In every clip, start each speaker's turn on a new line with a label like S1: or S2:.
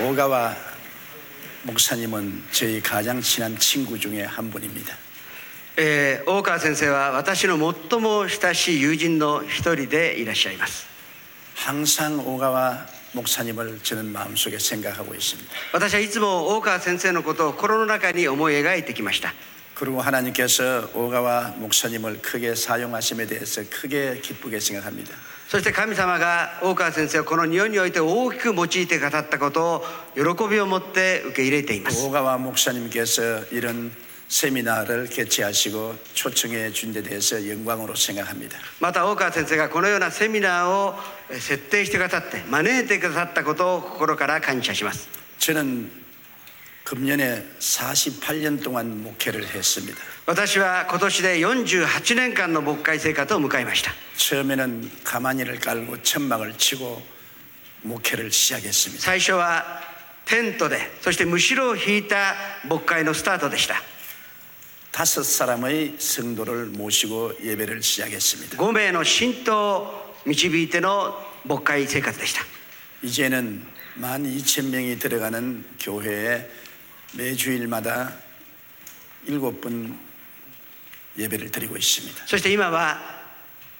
S1: 오가와 목사님은 저희 가장 친한 친구 중에 한 분입니다.
S2: えー大川先生は私の最も親しい友人の一人でいらっしゃいます
S1: 항상 오가와 목사님을 저는 마음속에 생각하고 있습니다.
S2: 私はいつも大川先生のことを心の中に思い描いてきました
S1: 그리고 하나님께서 오가와 목사님을 크게 사용하심에 대해서 크게 기쁘게 생각합니다.
S2: そして神様が大川先生をこの日本において大きく用いて語ったことを喜びを持って受け入れています
S1: 오가와 목사님께서 이런 세미나를 개최하시고 초청해 준 데 대해서 영광으로 생각합니다.
S2: また大川先生がこのようなセミナーをえー設定してくださって招いてくださったことを心から感謝します
S1: 저는 금년에 48년 동안 목회를 했습니다.
S2: 私は今年で48年間の牧会生活を迎えました
S1: 처음에는 가마니를 깔고 천막을 치고 목회를 시작했습니다.
S2: 最初はテントでそしてむしろを引いた牧会のスタートでした
S1: 다섯 사람의 성도를 모시고 예배를 시작했습니다.
S2: 5名の信徒を導いての牧会生活でした
S1: 이제는 12,000명이 들어가는 교회에 매주일마다 일곱 분 예배를 드리고 있습니다.
S2: そして今は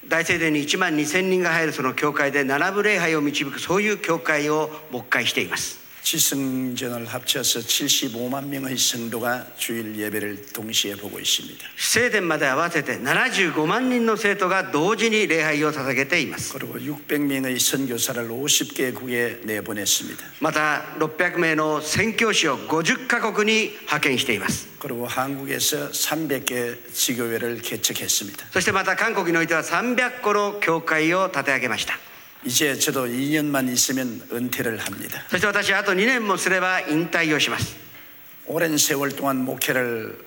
S2: 大聖殿に1万2000人が入るその教会で7部礼拝を導くそういう教会を牧会しています
S1: 지성전을 합쳐서 75만 명의 성도가 주일 예배를 동시에 보고 있습니다.
S2: 聖殿まで合わせて75万人の生徒が同時に礼拝を捧げています
S1: 그리고 600명의 선교사를 50개국에 내보냈습니다.
S2: また600名の宣教師を50カ国に派遣しています
S1: 그리고 한국에서 300개 지교회를 개척했습니다.
S2: そしてまた韓国においては300個の教会を立て上げました
S1: 이제 저도 2년만 있으면 은퇴를 합니다.
S2: そして私はあと2年もすれば引退をします
S1: 오랜 세월 동안 목회를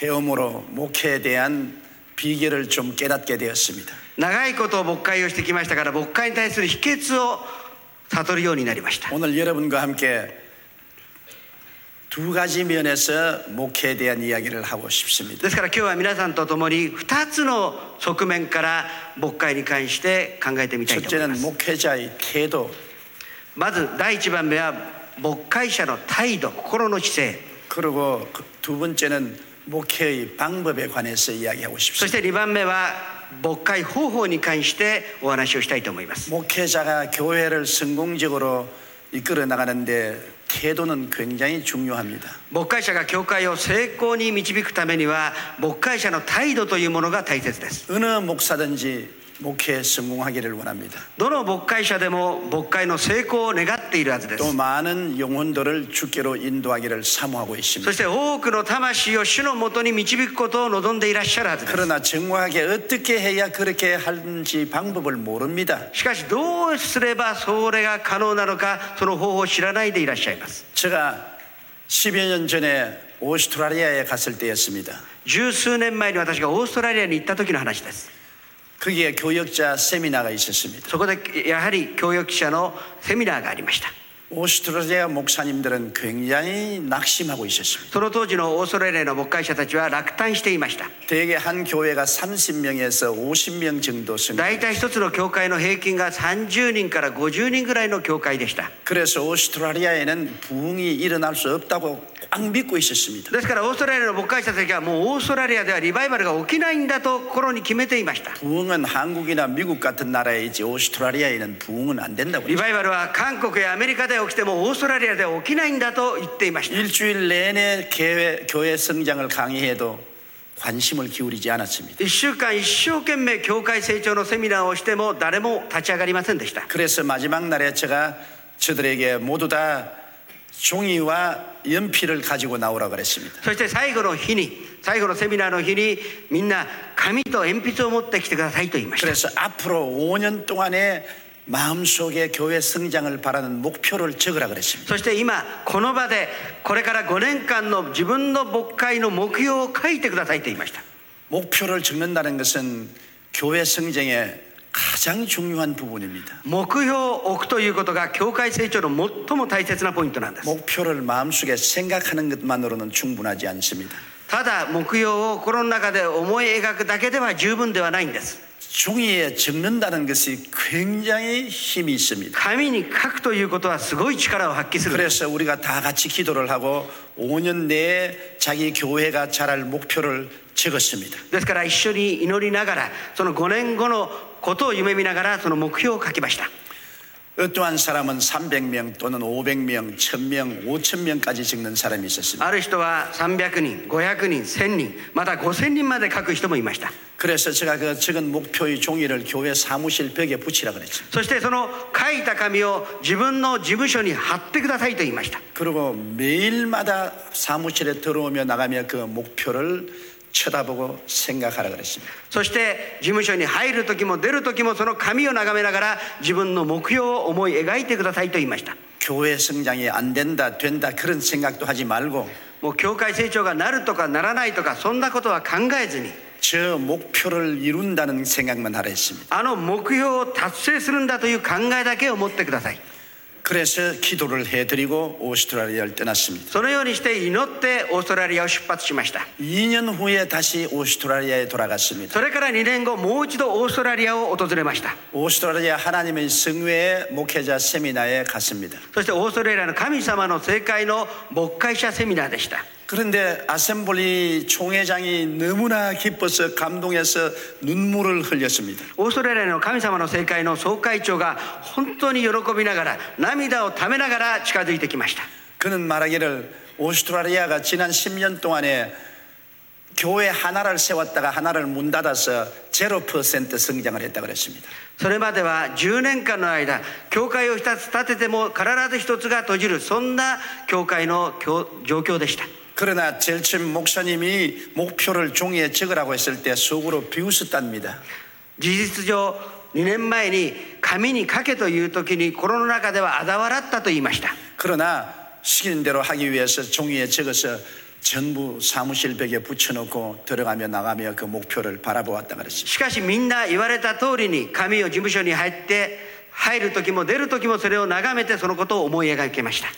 S1: 해옴으로 목회에 대한 비결을 좀 깨닫게 되었습니다.
S2: 長いこと牧会をしてきましたから牧会に対する秘訣を悟るようになりました
S1: 오늘 여러분과 함께 두 가지 면에서 목회에 대한 이야기를 하고 싶습니다.
S2: ですから今日は皆さんと共に2つの側面から牧会に関して考えてみたいと思いま
S1: 첫째는
S2: す
S1: 목회자의 태도,
S2: まず第1番目は牧会者の態度心の姿勢
S1: 그리고 그두 번째는 목회의 방법에 관해서 이야기하고
S2: そし
S1: 싶습니다.
S2: て2番目は牧会方法に関してお話をしたいと思います
S1: 목회자가 교회를 성공적으로 이끌어 나가는데 태도는 굉장히 중요합니다.
S2: 牧会者が教会を成功に導くためには牧会者の態度というものが大切です
S1: 어느 목사든지 목회에 성공하기를 원합니다.
S2: どの牧会者でも牧会の成功を願っているはずです
S1: 또 많은 영혼들을 주께로 인도하기를 사모하고
S2: そ
S1: 있습니다.
S2: して多くの魂を主のもとに導くことを望んでいらっしゃるはずで す
S1: 그러나 정확하게 어떻게 해야 그렇게 하는지 방법을 모릅니다.
S2: しかしどうすればそれが可能なのかその方法を知らないでいらっしゃいます
S1: 제가 10여 년 전에 오스트라리아에 갔을 때였습니다.
S2: 十数年前に私がオーストラリアに行った時の話です
S1: 거기에 교역자 세미나가 있었습니다.
S2: そこでやはり教育者のセミナーがありました
S1: 오스트라리아 목사님들은 굉장히 낙심하고 있었습니다.
S2: その当時のオーストラリアの牧会者たちは落胆していました
S1: 대개 한 교회가 30명에서 50명 정도 성
S2: 大体一つの教会の平均が30人から50人ぐらいの教会でした
S1: 그래서 오스트라리아에는 부흥이 일어날 수 없다고 꽉 믿고 있었습니다.
S2: ですからオーストラリアの牧会者たちはもうオーストラリアではリバイバルが起きないんだと心に決めていました
S1: 부흥은 한국이나 미국 같은 나라에 있지 오스트라리아에는 부흥은 안 된다고.
S2: リ
S1: 했어요.
S2: バイバルは韓国やアメリカで起きてもオーストラリアでは起きないんだと言っていました
S1: 일주일 내내 교회, 교회 성장을 강의해도 관심을 기울이지 않았습니다.
S2: 1週間一生懸命教会成長のセミナーをしても誰も立ち上がりませんでした
S1: 그래서 마지막 날에 제가 저들에게 모두 다 종이와 연필을 가지고 나오라 그랬습니다.
S2: そして最後の日に最後のセミナーの日にみんな紙と鉛筆を持ってきてくださいと言いました
S1: 그래서 앞으로 5년 동안의 마음속에 교회 성장을 바라는 목표를 적으라 그랬습니다.
S2: そして今この場でこれから5年間の自分の牧会の目標を書いてくださいと言いました
S1: 목표를 적는다는 것은 교회 성장의 가장 중요한 부분입니다.
S2: 目標を置くということが教会成長の最も大切なポイントなんです
S1: 목표를 마음속에 생각하는 것만으로는 충분하지 않습니다.
S2: ただ目標を心の中で思い描くだけでは十分ではないんです
S1: 종이에 적는다는 것이 굉장히 힘이 있습니다.
S2: 紙に書くということはすごい力を発揮する
S1: 그래서 우리가 다 같이 기도를 하고 5년 내에 자기 교회가 자랄 목표를 적었습니다.
S2: ですから一緒に祈りながらその5年後のことを夢見ながらその目標を書きました
S1: 어떠한 사람은 300명 또는 500명, 1000명, 5000명까지 적는 사람이 있었습니다.
S2: ある人は300人500人1000人また5000人まで書く人もいました
S1: 그래서 제가 그 적은 목표의 종이를 교회 사무실 벽에 붙이라 그랬죠.
S2: そしてその書いた紙を自分の事務所に貼ってくださいと言いました
S1: 그리고 매일마다 사무실에 들어오며 나가며 그 목표를 쳐다보고 생각하라 그랬습니다.
S2: そして事務所に入る時も出る時もその紙を眺めながら自分の目標を思い描いてくださいと言いました
S1: 교회 성장이 안 된다, 된다 그런 생각도 하지 말고
S2: もう教会成長がなるとかならないとかそんなことは考えずに
S1: 저 목표를 이룬다는 생각만 하라 했습니다.
S2: あの目標を達成するんだという考えだけを持ってください
S1: 그래서 기도를 해드리고 오스트라리아를 떠났습니다.
S2: そのようにして祈ってオーストラリアを出発しました
S1: 2년 후에 다시 오스트라리아에 돌아갔습니다.
S2: それから2年後もう一度オーストラリアを訪れました
S1: 오스트라리아 하나님의 성회의 목회자 세미나에 갔습니다.
S2: そしてオーストラリアの神様の正会の牧会者セミナーでした
S1: 그런데 아셈블리 총회장이 너무나 기뻐서 감동해서 눈물을 흘렸습니다.
S2: オーストラリアの神様の正会の総会長が本当に喜びながら涙をためながら近づいてきました
S1: 그는 말하기를 오스트라리아가 지난 10년 동안에 교회 하나를 세웠다가 하나를 문 닫아서 0% 성장을 했다 그랬습니다.
S2: それまでは10年間の間教会を一つ立てても必ず一つが閉じるそんな教会の教状況でした
S1: 그러나 젤침 목사님이 목표를 종이에 적으라고 했을 때 속으로 비웃었답니다.
S2: 事実上2年前に紙に書けという時に心の中では嘲笑ったと言いました
S1: 그러나 시키는 대로 하기 위해서 종이에 적어서 전부 사무실 벽에 붙여놓고 들어가며 나가며 그 목표를 바라보았다 그랬습니다.
S2: しかしみんな言われた通りに紙を事務所に入って入る時も出る時もそれを眺めてそのことを思い描きました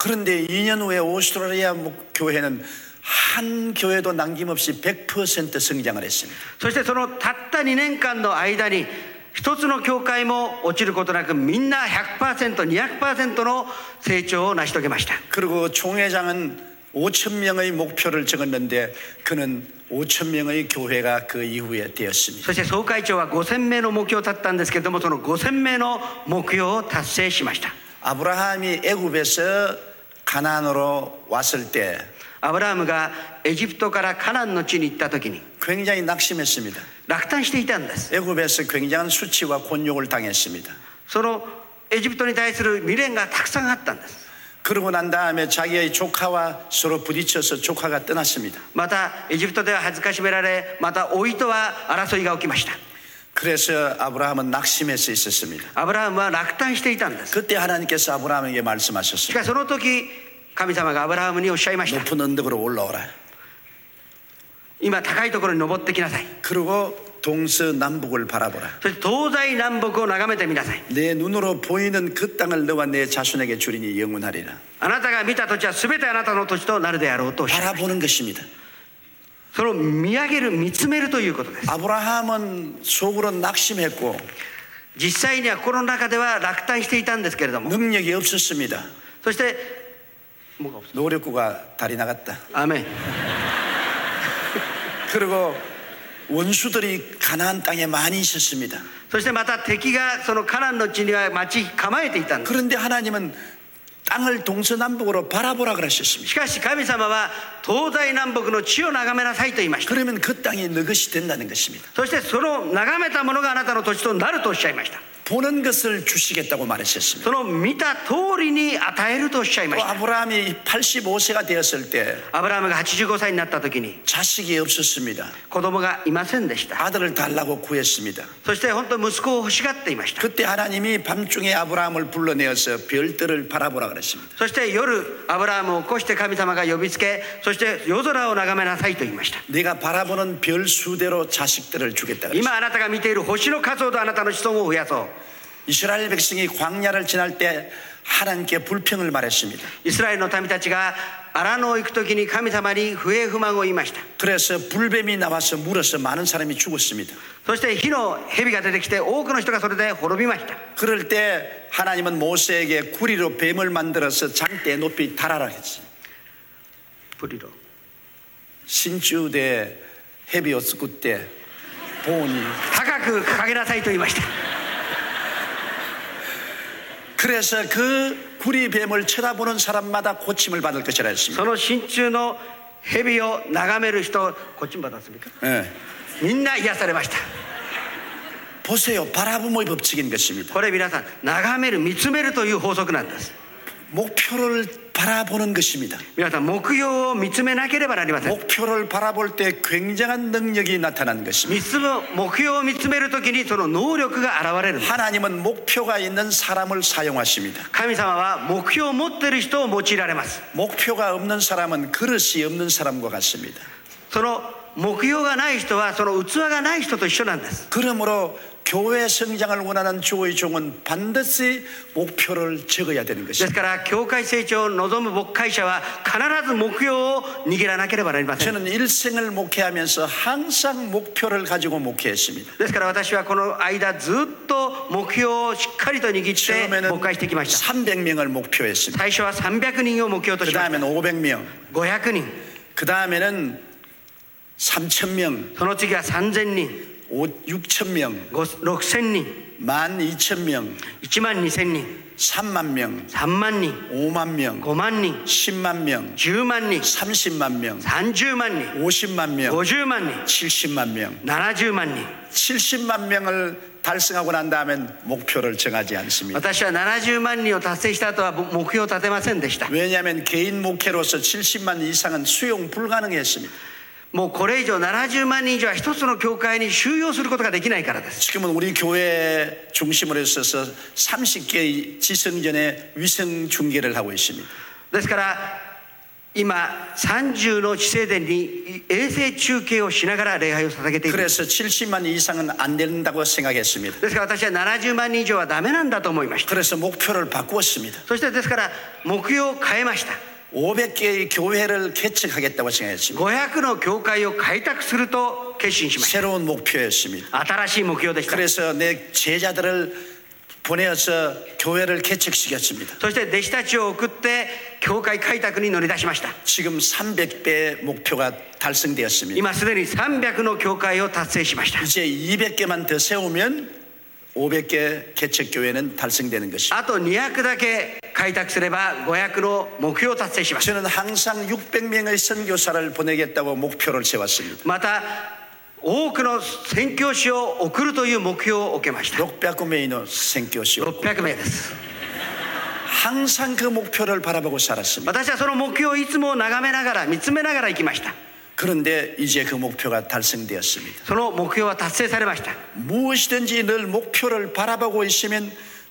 S1: 그런데 2년 후에 오스트레일리아 목- 교회는 한 교회도 남김없이 100% 성장을 했습니다.
S2: そしてそのたった2年間の間に一つの教会も落ちることなくみんな 100%200% の成長を成し遂げました
S1: 그리고 총회장은 5천 명의 목표를 적었는데 그는 5천 명의 교회가 그 이후에 되었습니다.
S2: そして総会長は5000名の目標を立ったんですけどもその5000名の目標を達成しました
S1: 아브라함이 애굽에서 가나안으로 왔을 때
S2: アブラハムがエジプトからカナンの地に行った時に
S1: 굉장히 낙심했습니다.
S2: 落胆していたんです
S1: 애굽에서 굉장한 수치와 곤욕을 당했습니다.
S2: そのエジプトに対する未練がたくさんあったんです
S1: 그러고 난 다음에 자기의 조카와 서로 부딪혀서 조카가 떠났습니다.
S2: またエジプトでは恥ずかしめられまた老いとは争いが起きました
S1: 그래서 아브라함은 낙심해서 있었습니다.
S2: アブラハムは落胆していたんです
S1: 그때 하나님께서 아브라함에게
S2: し
S1: 말씀하셨습니다.
S2: かしその時神様がアブラハムにおっしゃいました
S1: 높은 언덕으로 올라오라.
S2: 今高いところに登ってきなさい
S1: 그리고 동서남북을 바라보라.
S2: そして東西南北を眺めてみなさい
S1: 내 눈으로 보이는 그 땅을 너와 내 자손에게 주리니 영원하리라.
S2: あなたが見た土地は全てあなたの土地となるであろうとおっしゃる
S1: 바라보는 것입니다.
S2: それを見上げる見つめるということです
S1: 아브라함은 속으로 낙심했고
S2: 実際には心の中では落胆していたんですけれども
S1: 능력이 없었습니다.
S2: そしてもう
S1: 노력구가 다리 나갔다.
S2: アーメン
S1: 그리고 원수들이 가나안 땅에 많이 있었습니다.
S2: そしてまた敵がそのカナンの地には待ち構えていたんです
S1: 그런데 하나님은 땅을 동서남북으로 바라보라 그러셨습니다.
S2: しかし神様は東西南北の地を眺めなさいと言いました
S1: 그러면 그 땅이 너 것이 된다는 것입니다.
S2: そしてその眺めたものがあなたの土地となるとおっしゃいました
S1: 보는 것을 주시겠다고 말하셨습니다.
S2: その見た通りに与えるとおっしゃいま
S1: 또
S2: した
S1: 아브라함이 85세가 되었을 때
S2: アブラハムが85歳になった時に
S1: 자식이 없었습니다.
S2: 子供がいませんでした
S1: 아들을 달라고 구했습니다.
S2: そして本当に息子を欲しがっていました
S1: 그때 하나님이 밤중에 아브라함을 불러내어서 별들을 바라보라 그랬습니다.
S2: そして夜アブラハムを起こして神様が呼びつけそして夜空を眺めなさいと言いました
S1: 네가 바라보는 별 수대로 자식들을 주겠다. 그랬습니다.
S2: 今あなたが見ている星の数ほどあなたの子孫を増やそう
S1: 이스라엘 백성이 광야를 지날 때 하나님께 불평을 말했습니다.
S2: イスラエルの民たちが荒野を行く時に神様に不平不満を言いました
S1: 그래서 불뱀이 나와서 물어서 많은 사람이 죽었습니다.
S2: そして火の蛇が出てきて多くの人がそれで滅びました
S1: 그럴 때 하나님은 모세에게 구리로 뱀을 만들어서 장대에 높이 달아라 했지.
S2: プリロ
S1: 신주대 헤비오 스쿠 때 보니
S2: 高く掲げなさいと言いました
S1: 그래서 그 구리 뱀을 쳐다보는 사람마다 고침을 받을 것이라 했습니다.
S2: その真鍮の蛇を眺める人こっちも받았습니까
S1: え
S2: みんな癒されました
S1: 보세요. 바라보모의 법칙인 것입니다.
S2: これ皆さん眺める見つめるという法則なんです
S1: 목표를 바라보는 것입니다.
S2: 皆さん目標を見つめなければなりません
S1: 목표를 바라볼 때 굉장한 능력이 나타난 것입니다.
S2: 見つめ目標を見つめるときにその能力が現れるんです
S1: 하나님은 목표가 있는 사람을 사용하십니다.
S2: 神様は目標を持っている人を用いられます
S1: 목표가 없는 사람은 그릇이 없는 사람과 같습니다.
S2: その目標がない人はその器がない人と一緒なんです
S1: 그러므로 교회 성장을 원하는 주의 종은 반드시 목표를 적어야 되는
S2: で
S1: 것입니다.
S2: すから教会成長を望む牧会者は必ず目標を握らなければなりません
S1: 저는 일생을 목회하면서 항상 목표를 가지고 목회했습니다.
S2: ですから私はこの間ずっと目標をしっかりと握って
S1: 처음에는
S2: 勃開してきました
S1: 300명을 목표했습니다.
S2: 最初は300人を目標と
S1: 그
S2: しました
S1: 다음에는 500명,
S2: 500人
S1: 그 다음에는 3,000명,
S2: その次は3000人
S1: 6,000명,
S2: 6000人
S1: 12,000명,
S2: 1万2000人
S1: 3만 명,
S2: 3万人
S1: 5만 명,
S2: 5万人
S1: 10만 명,
S2: 10万人
S1: 30만 명,
S2: 30万人
S1: 50만 명,
S2: 50万人
S1: 70만 명,
S2: 70万人
S1: 70만 명을 달성하고 난 다음엔 목표를 정하지 않습니다.
S2: 私は70万人を達成した後は目標を立てませんでした
S1: 왜냐하면 개인 목회로서 70만 이상은 수용 불가능했습니다.
S2: もうこれ以上70万人以上は一つの教会に収容することができないからです
S1: 지금은 우리 교회 중심으로 해서 30개의 지성전에 위성 중계를 하고 있습니다.
S2: ですから今30の地政殿に衛星中継をしながら礼拝を捧げている
S1: 그래서 70만 이상은 안 된다고 생각했습니다.
S2: ですから私は70万人以上はダメなんだと思いました
S1: 그래서 목표를 바꾸었습니다.
S2: そしてですから目標を変えました
S1: 500개의 교회를 개척하겠다고 생각했습니다.
S2: 500の教会を開拓すると決心しまし
S1: 새로운 목표였습니다.
S2: た新しい目標でした
S1: 그래서 내 제자들을 보내어서 교회를 개척시켰습니다.
S2: そして弟子たちを送って教会開拓に乗り出しました
S1: 지금 300배 목표가 달성되었습니다.
S2: 今すでに300の教会を達成しました
S1: 이제 200개만 더 세우면 500개 개척 교회는 달성되는 것입니다.
S2: あと200だけ開拓すれば500の目標を達成します
S1: 저는 항상 600명의 선교사를 보내겠다고 목표를 세웠습니다.
S2: また多くの宣教師を送るという目標を受けました
S1: 600명의 선교시요.
S2: 600名です
S1: 항상 그 목표를 바라보고 살았습니다.
S2: 私はその目標をいつも眺めながら見つめながら行きました
S1: 그런데 이제 그 목표가 달성되었습니다.
S2: その目標は達成されました
S1: 무엇이든지 늘 목표를 바라보고 있으면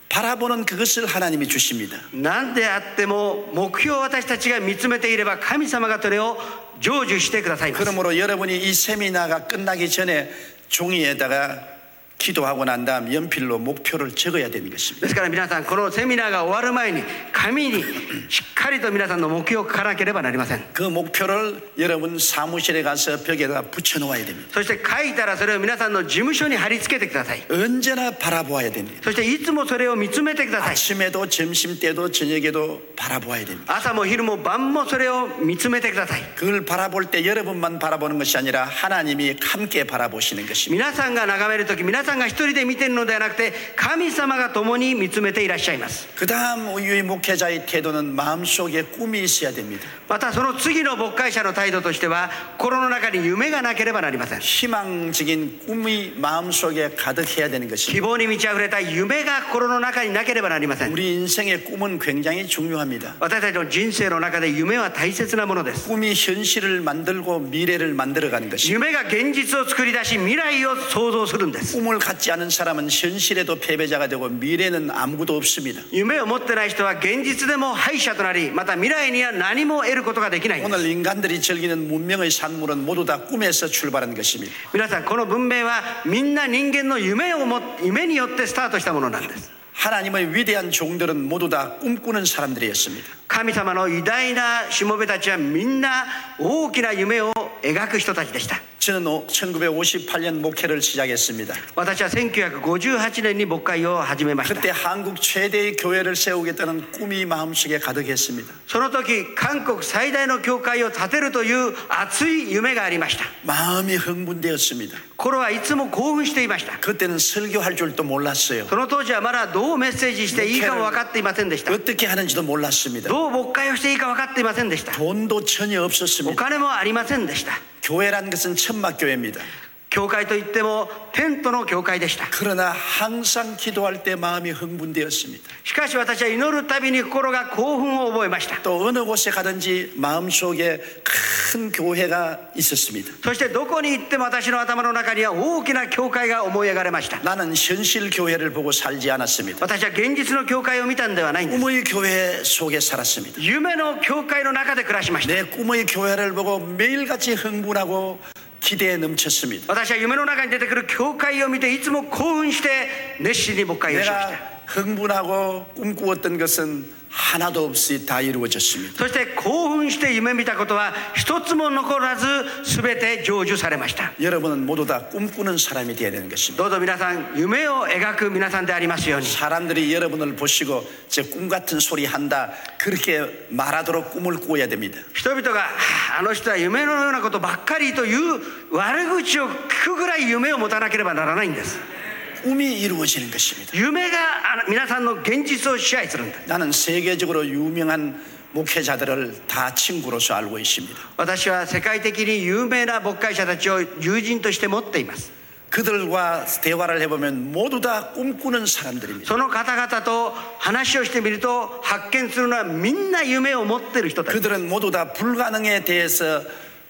S1: 바라보는 그것을 하나님이 주십니다.
S2: 何であっても目標を私たちが見つめていれば神様がそれを成就してくださいます
S1: 그러므로 여러분이 이 세미나가 끝나기 전에 종이에다가 기도하고 난 다음 연필로 목표를 적어야 되는 것입니다.
S2: ですから皆さんこのセミナーが終わる前に紙にしっかりと皆さんの目標を書かなければなりません
S1: 그 목표를 여러분 사무실에 가서 벽에다 붙여 놓아야 됩니다.
S2: そして書いたらそれを皆さんの事務所に貼り付けてください
S1: 언제나 바라보아야 됩니다.
S2: そしていつもそれを見つめてください
S1: 아침에도 점심 때도 저녁에도 바라보아야 됩니다.
S2: 朝も昼も晩もそれを見つめてください
S1: 그걸 바라볼 때 여러분만 바라보는 것이 아니라 하나님이 함께 바라보시는 것입니다.
S2: 皆さんが眺める時皆さんが一人で見てるのではなくて神様が共に見つめていらっしゃいます
S1: 그 다음 우유의 목회자의 태도는 마음속에 꿈이 있어야 됩니다.
S2: またその次の牧会者の態度としては心の中に夢がなければなりません
S1: 희망적인 꿈이 마음속에 가득해야 되는 것입니다.
S2: 希望に満ち溢れた夢が心の中になければなりません
S1: 우리 인생의 꿈은 굉장히 중요합니다.
S2: 私たちの人生の中で夢は大切なものです
S1: 꿈이 현실을 만들고 미래를 만들어가는 것입니다.
S2: 夢が現実を作り出し未来を創造するんです
S1: 꿈을 갖지 않은 사람은 현실에도 패배자가 되고 미래는 아무것도 없습니다.
S2: 夢を持ってない人は現実でも敗者となりまた未来には何も得ることができないんです
S1: 오늘 인간들이 즐기는 문명의 산물은 모두 다 꿈에서 출발한 것입니다.
S2: 皆さんこの文明はみんな人間の夢をも夢によってスタートしたものなんです
S1: 하나님의 위대한 종들은 모두 다 꿈꾸는 사람들이었습니다.
S2: 神様の偉大なしもべたちはみんな大きな夢を描く人たちでした
S1: 저는 1958년 목회를 시작했습니다.
S2: 私は1958年に牧会を始めました
S1: 그때 한국 최대의 교회를 세우겠다는 꿈이 마음속에 가득했습니다.
S2: その時韓国最大の教会を建てるという熱い夢がありました
S1: 마음이 흥분되었습니다.
S2: 心はいつも興奮していました
S1: 그때는 설교할 줄도 몰랐어요.
S2: その当時はまだどうメッセージしていいかも分かっていませんでした
S1: 어떻게 하는지도 몰랐습니다.
S2: どう牧会をしていいか分かっていませんでした
S1: 돈도 전혀
S2: お
S1: 없었습니다.
S2: 金もありませんでした
S1: 교회란 것은 천막교회입니다.
S2: 教会といってもテントの教会でした
S1: 그러나 항상 기도할 때 마음이 흥분되었습니다.
S2: しかし私は祈るたびに心が興奮を覚えました
S1: 또 어느 곳에 가든지 마음속에 큰 교회가 있었습니다.
S2: そしてどこに行っても私の頭の中には大きな教会が思い上がれました
S1: 나는 현실 교회를 보고 살지 않았습니다.
S2: 私は現実の教会を見たんではないんです
S1: 꿈의 교회 속에 살았습니다.
S2: 夢の教会の中で暮らしました
S1: 내 꿈의 교회를 보고 매일같이 흥분하고 기대에 넘쳤습니다.
S2: 私は夢の中に出てくる教会を見ていつも興奮して熱心に牧会をしました
S1: 내가 흥분하고 꿈꾸었던 것은 하나도 없이 다 이루어졌습니다.
S2: そして興奮して夢見たことは一つも残らず全て成就されました
S1: 여러분은 모두 다 꿈꾸는 사람이 되어야 되는 것입니다.
S2: どうぞ皆さん夢を描く皆さんでありますように
S1: 사람들이 여러분을 보시고 제 꿈 같은 소리 한다 그렇게 말하도록 꿈을 꾸어야 됩니다.
S2: 人々がはああの人は夢のようなことばっかりという悪口を聞くぐらい夢を持たなければならないんです
S1: 꿈이 이루어지는 것입니다.
S2: 夢があの皆さんの現実を支配するんだ
S1: 나는 세계적으로 유명한 목회자들을 다 친구로서 알고 있습니다.
S2: 私は世界的に有名な牧会者たちを友人として持っています
S1: 그들과 대화를 해보면 모두 다 꿈꾸는 사람들입니다.
S2: その方々と話をしてみると発見するのはみんな夢を持ってる人たち
S1: 그들은 모두 다 불가능에 대해서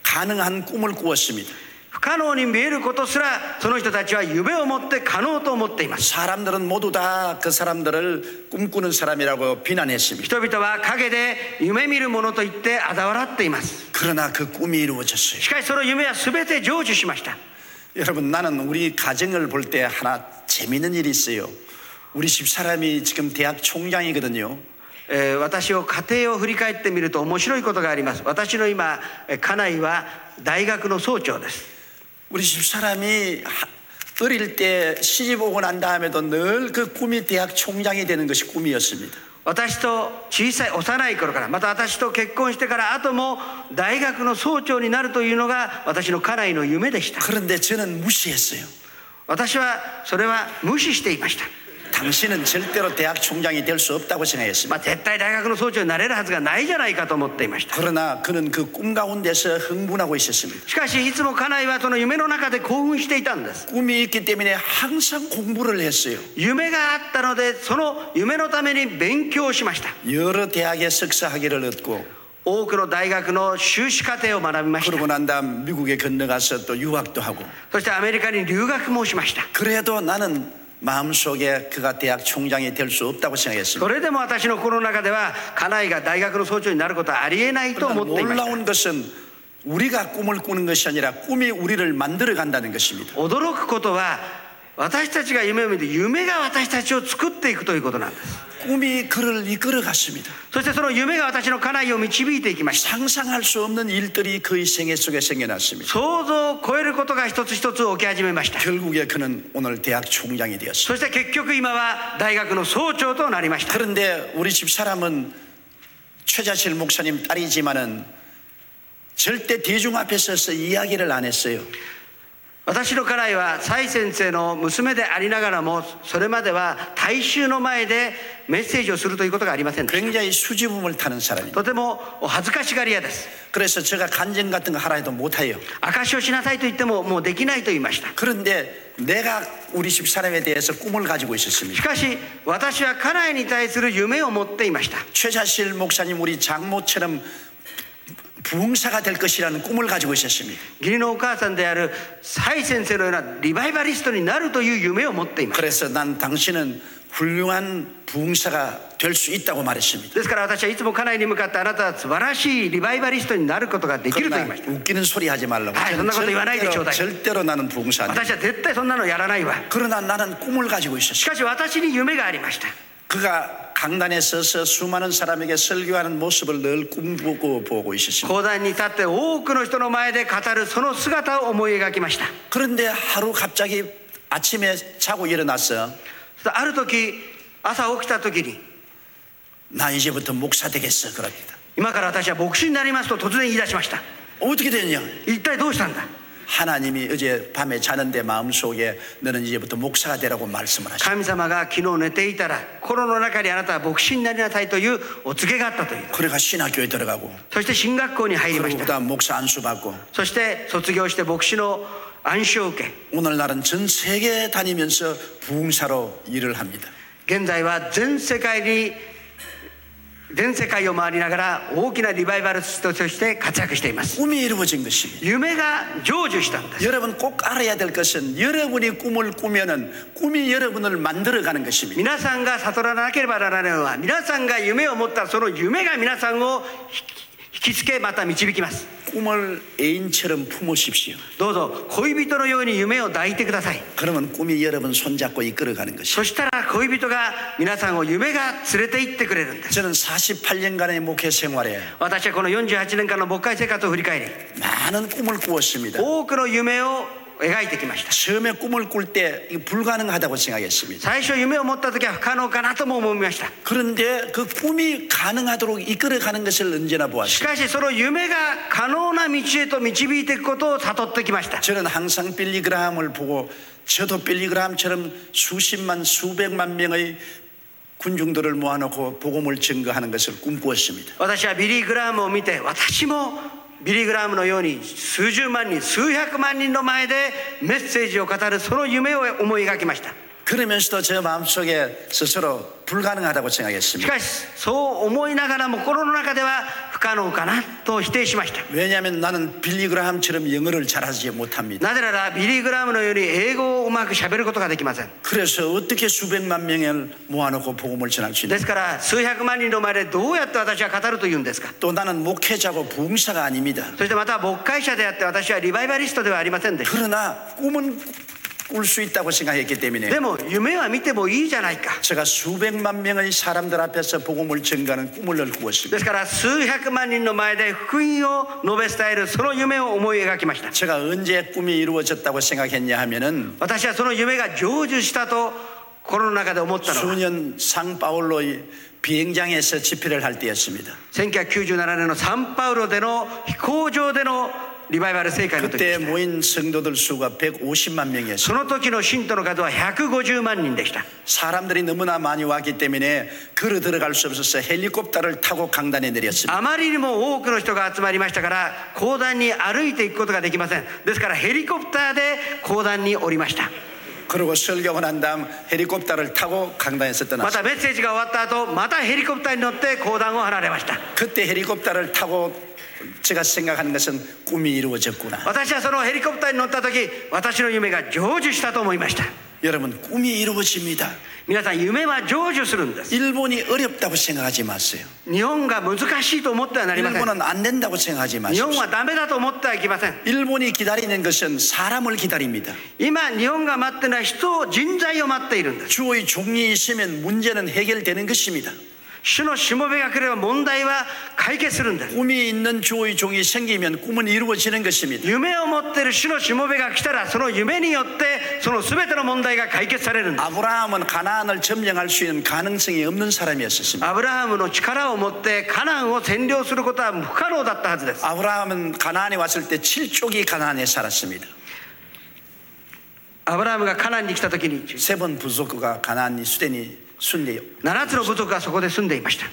S1: 가능한 꿈을 꾸었습니다.
S2: 不可能に見えることすらその人たちは夢を持って可能と思っています
S1: 사람들은 모두 다 그 사람들을 꿈꾸는 사람이라고 비난했습니다.
S2: 人々は陰で夢見るものと言って嘲笑っています
S1: 그러나 그 꿈이 이루어졌어요.
S2: しかしその夢は全て成就しました
S1: 여러분 나는 우리 가정을 볼 때 하나 재밌는 일이 있어요. 우리 집사람이 지금 대학 총장이거든요.
S2: えー私を家庭を振り返ってみると面白いことがあります私の今えー家内は大学の総長です
S1: 우리 집사람이 하- 어릴 때 시집 오고 난 다음에도 늘 그 꿈이 대학 총장이 되는 것이 꿈이었습니다.
S2: 私と小さい幼い頃からまた私と結婚してから後も大学の総長になるというのが私の家内の夢でした
S1: 그런데 저는 무시했어요.
S2: 私はそれは無視していました
S1: 당신은 절대로 대학 총장이 될 수 없다고 생각했습니다.
S2: まあ、絶対大学の総長になれるはずがないじゃないかと思っていました
S1: 그러나 그는 그 꿈 가운데서 흥분하고 있었습니다.
S2: しかしいつも家内はその夢の中で興奮していたんです
S1: 꿈이 있기 때문에 항상 공부를 했어요.
S2: 夢があったのでその夢のために勉強しました
S1: 여러 대학의 석사 학위를 얻고
S2: 多くの大学の修士課程を学びました
S1: 그러고 난 다음 미국에 건너가서 또 유학도 하고
S2: そしてアメリカに留学もしました
S1: 그래도 나는 마음속에 그가 대학 총장이 될 수 없다고 생각했습니다.
S2: それでも私の心の中では家内が大学の総長になることはありえないと
S1: 그러나
S2: 思っていました
S1: 놀라운 것은 우리가 꿈을 꾸는 것이 아니라 꿈이 우리를 만들어 간다는 것입니다.
S2: 驚くことは私たちが夢を見て夢が私たちを作っていくということなんです
S1: 꿈이 그를 이끌어 갔습니다.
S2: そしてその夢が私の家内を導いていきました
S1: 상상할 수 없는 일들이 그의 생애 속에 생겨났습니다.
S2: 想像を超えることが一つ一つ起き始めました
S1: 결국에 그는 오늘 대학 총장이 되었습니다.
S2: そして結局今は大学の総長となりました
S1: 그런데 우리 집 사람은 최자실 목사님 딸이지만은 절대 대중 앞에 서서 이야기를 안 했어요.
S2: 私の家内は蔡先生の娘でありながらもそれまでは大衆の前でメッセージをするということがありませんでした
S1: 굉장히 수줍음을 타는 사람입니다.
S2: とてもお恥ずかしがり屋です
S1: 그래서 제가 간증 같은 거 하라 해도 못해요.
S2: 証しをしなさいと言ってももうできないと言いました
S1: 그런데 내가 우리 집 사람에 대해서 꿈을 가지고
S2: し
S1: 있었습니다.
S2: かし私は家内に対する夢を持っていました
S1: 최자실 목사님 우리 장모처럼 부흥사가 될 것이라는 꿈을 가지고 있었습니다.
S2: 義理のお母さんである蔡先生のようなリバイバリストになるという夢を持っていました
S1: 그래서 난 당신은 훌륭한 부흥사가 될 수 있다고 말했습니다.
S2: ですから私はいつも家内に向かってあなたは素晴らしいリバイバリストになることができると言い
S1: 그러나
S2: ました
S1: 웃기는 소리 하지 말라고.
S2: 아, 그런 것도 이만하게
S1: 절대로,
S2: 줘다이.
S1: 절대로 나는 부흥사 안 돼.
S2: 私は絶対そんなのやらないわ
S1: 그러나 나는 꿈을 가지고
S2: し
S1: 있었어요.
S2: かし私に夢がありました
S1: 그가 강단에 서서 수많은 사람에게 설교하는 모습을 늘 꿈꾸고 보고 있었습니다.
S2: 講談に立って多くの人の前で語るその姿を思い描きました
S1: 그런데 하루 갑자기 아침에 자고 일어나서
S2: そしてある時朝起きた時に
S1: 나 이제부터 목사 되겠어 그럽니다.
S2: 今から私は牧師になりますと突然言い出しました
S1: 어떻게 되냐?
S2: 一体どうしたんだ
S1: 하나님이 어제 밤에 자는데 마음속에 너는 이제부터 목사가 되라고 말씀을 하셨다.
S2: 神様が昨日寝ていたら心の中にあなたは牧師になりなさいというお告げがあったという
S1: 그래가 신학교에 들어가고
S2: そして進学校に入りまし
S1: 그리고
S2: た
S1: 그다음 목사 안수 받고
S2: そして卒業して牧師の暗視を受け
S1: 오늘날은 전 세계 다니면서 부흥사로 일을 합니다.
S2: 現在は全世界に全世界を回りながら大きなリバイバルストとして活躍しています
S1: 꿈이 이루어진 것입니다.
S2: 夢が成就したんです
S1: 여러분 꼭 알아야 될 것은 여러분이 꿈을 꾸면은 꿈이 여러분을 만들어가는 것입니다.
S2: 皆さんが悟らなければならないのは皆さんが夢を持ったその夢が皆さんを引き引きつけまた導きます
S1: 꿈을 애인처럼 품으십시오.
S2: どうぞ恋人のように夢を抱いてください
S1: 그러면 꿈이 여러분 손잡고 이끌어가는 것이죠.
S2: そしたら恋人が皆さんを夢が連れて行ってくれるんです
S1: 저는 48년간의 목회 생활에
S2: 私はこの48年間の牧会生活を振り返り
S1: 많은 꿈을 꾸었습니다.
S2: 多くの夢を描いてきました
S1: 처음에 꿈을 꿀 때 불가능하다고 생각했습니다.
S2: 最初夢を持った時は不可能かなとも思いました
S1: 그런데 그 꿈이 가능하도록 이끌어가는 것을 언제나 보았습니다.
S2: しかしその夢が可能な道へと導いていくことを悟ってきました
S1: 저는 항상 빌리 그라함을 보고 저도 빌리 그라함처럼 수십만 수백만 명의 군중들을 모아놓고 복음을 증거하는 것을 꿈꾸었습니다.
S2: 私はビリー・グラームを見て私もビリー・グラームのように数十万人数百万人の前でメッセージを語るその夢を思い描きました
S1: 그러면서도 제 마음속에 스스로 불가능하다고
S2: し
S1: 생각했습니다.
S2: かしそう思いながらも心の中では不可能かなと否定しました
S1: 왜냐하면 나는 빌리 그라함처럼 영어를 잘하지 못합니다.
S2: なぜならビリー・グラームのように英語をうまくしゃべることができません
S1: 그래서 어떻게 수백만 명을 모아놓고 복음을 전할 수
S2: で
S1: 있는가?
S2: すから数百万人の前でどうやって私は語るというんですか
S1: 또 나는 목회자고 부흥사가 아닙니다.
S2: そしてまた牧会者であって私はリバイバリストではありませんでした
S1: 그러나 꿈은 꿀 수 있다고 생각했기 때문에
S2: でも夢は見てもいいじゃないか
S1: 제가 수백만 명의 사람들 앞에서 복음을 증가하는 꿈을 늘 꾸었습니다.
S2: ですから数百万人の前で福音を述べ伝えるその夢を思い描きました
S1: 제가 언제 꿈이 이루어졌다고 생각했냐 하면은
S2: 私はその夢が成就したと心の中で思ったのは
S1: 수년 상파울로의 비행장에서 집회를 할 때였습니다.
S2: 1997年のサンパウロでの飛行場でのリバイバル聖会の時で
S1: 그때
S2: した
S1: 모인 성도들 수가 150만
S2: そ
S1: 명이었어요.
S2: の時の信徒の数は150万人でした
S1: 사람들이 너무나 많이 왔기 때문에 걸어 들어갈 수 없어서 헬리콥터를 타고 강단에 내렸습니다.
S2: あまりにも多くの人が集まりましたから講談に歩いていくことができませんですからヘリコプターで講談に降りました
S1: 그리고 설교하고 난 다음 헬리콥터를 타고 강단에서
S2: ま
S1: 떠났습니다.
S2: たメッセージが終わった後またヘリコプターに乗って講談を離れました
S1: 그때 헬리콥터를 타고 제가 생각하는 것은 꿈이 이루어졌구나.
S2: 私はそのヘリコプターに乗った時私の夢が成就したと思いました
S1: 여러분 꿈이 이루어집니다.
S2: 皆さん夢は成就するんです
S1: 일본이 어렵다고 생각하지 마세요.
S2: 日本が難しいと思ってはなりません
S1: 일본은 안 된다고 생각하지
S2: 日
S1: 마십시오.
S2: 本はダメだと思ってはいけません
S1: 일본이 기다리는 것은 사람을 기다립니다.
S2: 今日本が待っているのは人を人材を待っているんです
S1: 주의 종이 있으면 문제는 해결되는 것입니다.
S2: 主のしもべが来れば問題は解決するんです
S1: 꿈이 있는 주의 종이 생기면 꿈은 이루어지는 것입니다.
S2: 夢を持っている主のしもべが来たらその夢によってその全ての問題が解決されるんです
S1: 아브라함은 가나안을 점령할 수 있는 가능성이 없는 사람이었습니다.
S2: アブラハムの力を持ってカナンを占領することは不可能だったはずです
S1: 아브라함은 가나안에 왔을 때 7쪽이 가나안에 살았습니다.
S2: アブラハムがカナンに来た時に
S1: 세 번 부족과 가나안이 수대니 순리.
S2: 7つの部族がそこで住んでいました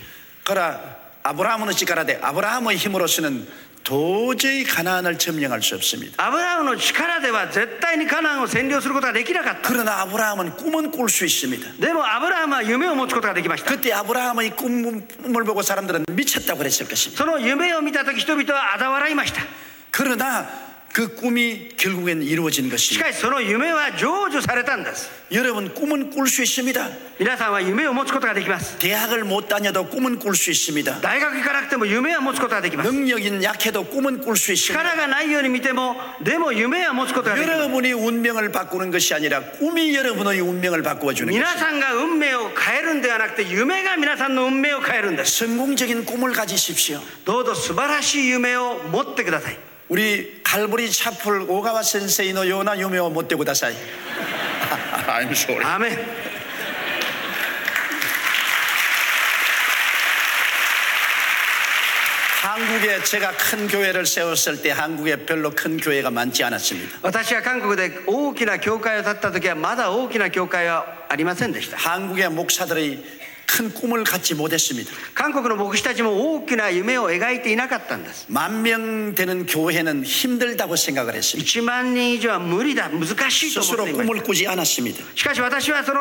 S1: 그러나 아브라함은 어찌가라되 아브라함의 힘으로서는 도저히 가나안을 점령할 수 없습니다.
S2: アブラハムの力では絶対にカナンを占領することができなかった
S1: 그러나 아브라함은 꿈은 꿀 수 있습니다.
S2: でもアブラハムは夢を持つことができました
S1: 그때 아브라함의 꿈을 보고 사람들은 미쳤다고 그랬을 것입니다.
S2: その夢を見た時人々は嘲笑いました
S1: 그러나 그 꿈이 결국엔 이루어진
S2: し
S1: 것입니다.
S2: かしその夢は成就されたんです
S1: 여러분 꿈은 꿀 수 있습니다.
S2: 皆さんは夢を持つことができます
S1: 대학을 못 다녀도 꿈은 꿀 수 있습니다.
S2: 大学行かなくても夢は持つことができます
S1: 능력인 약해도 꿈은 꿀 수 있습니다.
S2: 力がないように見てもでも夢は持つことができます
S1: 여러분이 운명을 바꾸는 것이 아니라 꿈이 여러분의 운명을 바꾸어 주는
S2: 皆さんが運命を変えるんではなくて夢が皆さんの運命を変えるんです
S1: 성공적인 꿈을 가지십시오.
S2: どうぞ素晴らしい夢を持ってください
S1: 우리 칼보리 차플 오가와 센세이노 요나 유메오 못되고 다사이. 아, I'm sorry.
S2: アーメン
S1: 한국에 제가 큰 교회를 세웠을 때 한국에 별로 큰 교회가 많지 않았습니다.
S2: 私は韓国で大きな教会を建った時はまだ大きな教会はありませんでした
S1: 한국의 목사들이 큰 꿈을 갖지 못했습니다.
S2: 韓国の牧師たちも大きな夢を描いていなかったんです
S1: 만 명 되는 교회는 힘들다고 생각을 했습니다.
S2: 1万人以上は無理だ難しいと思
S1: 스스로
S2: っていまし
S1: 꿈을 꾸지 않았습니다.
S2: たしかし私はその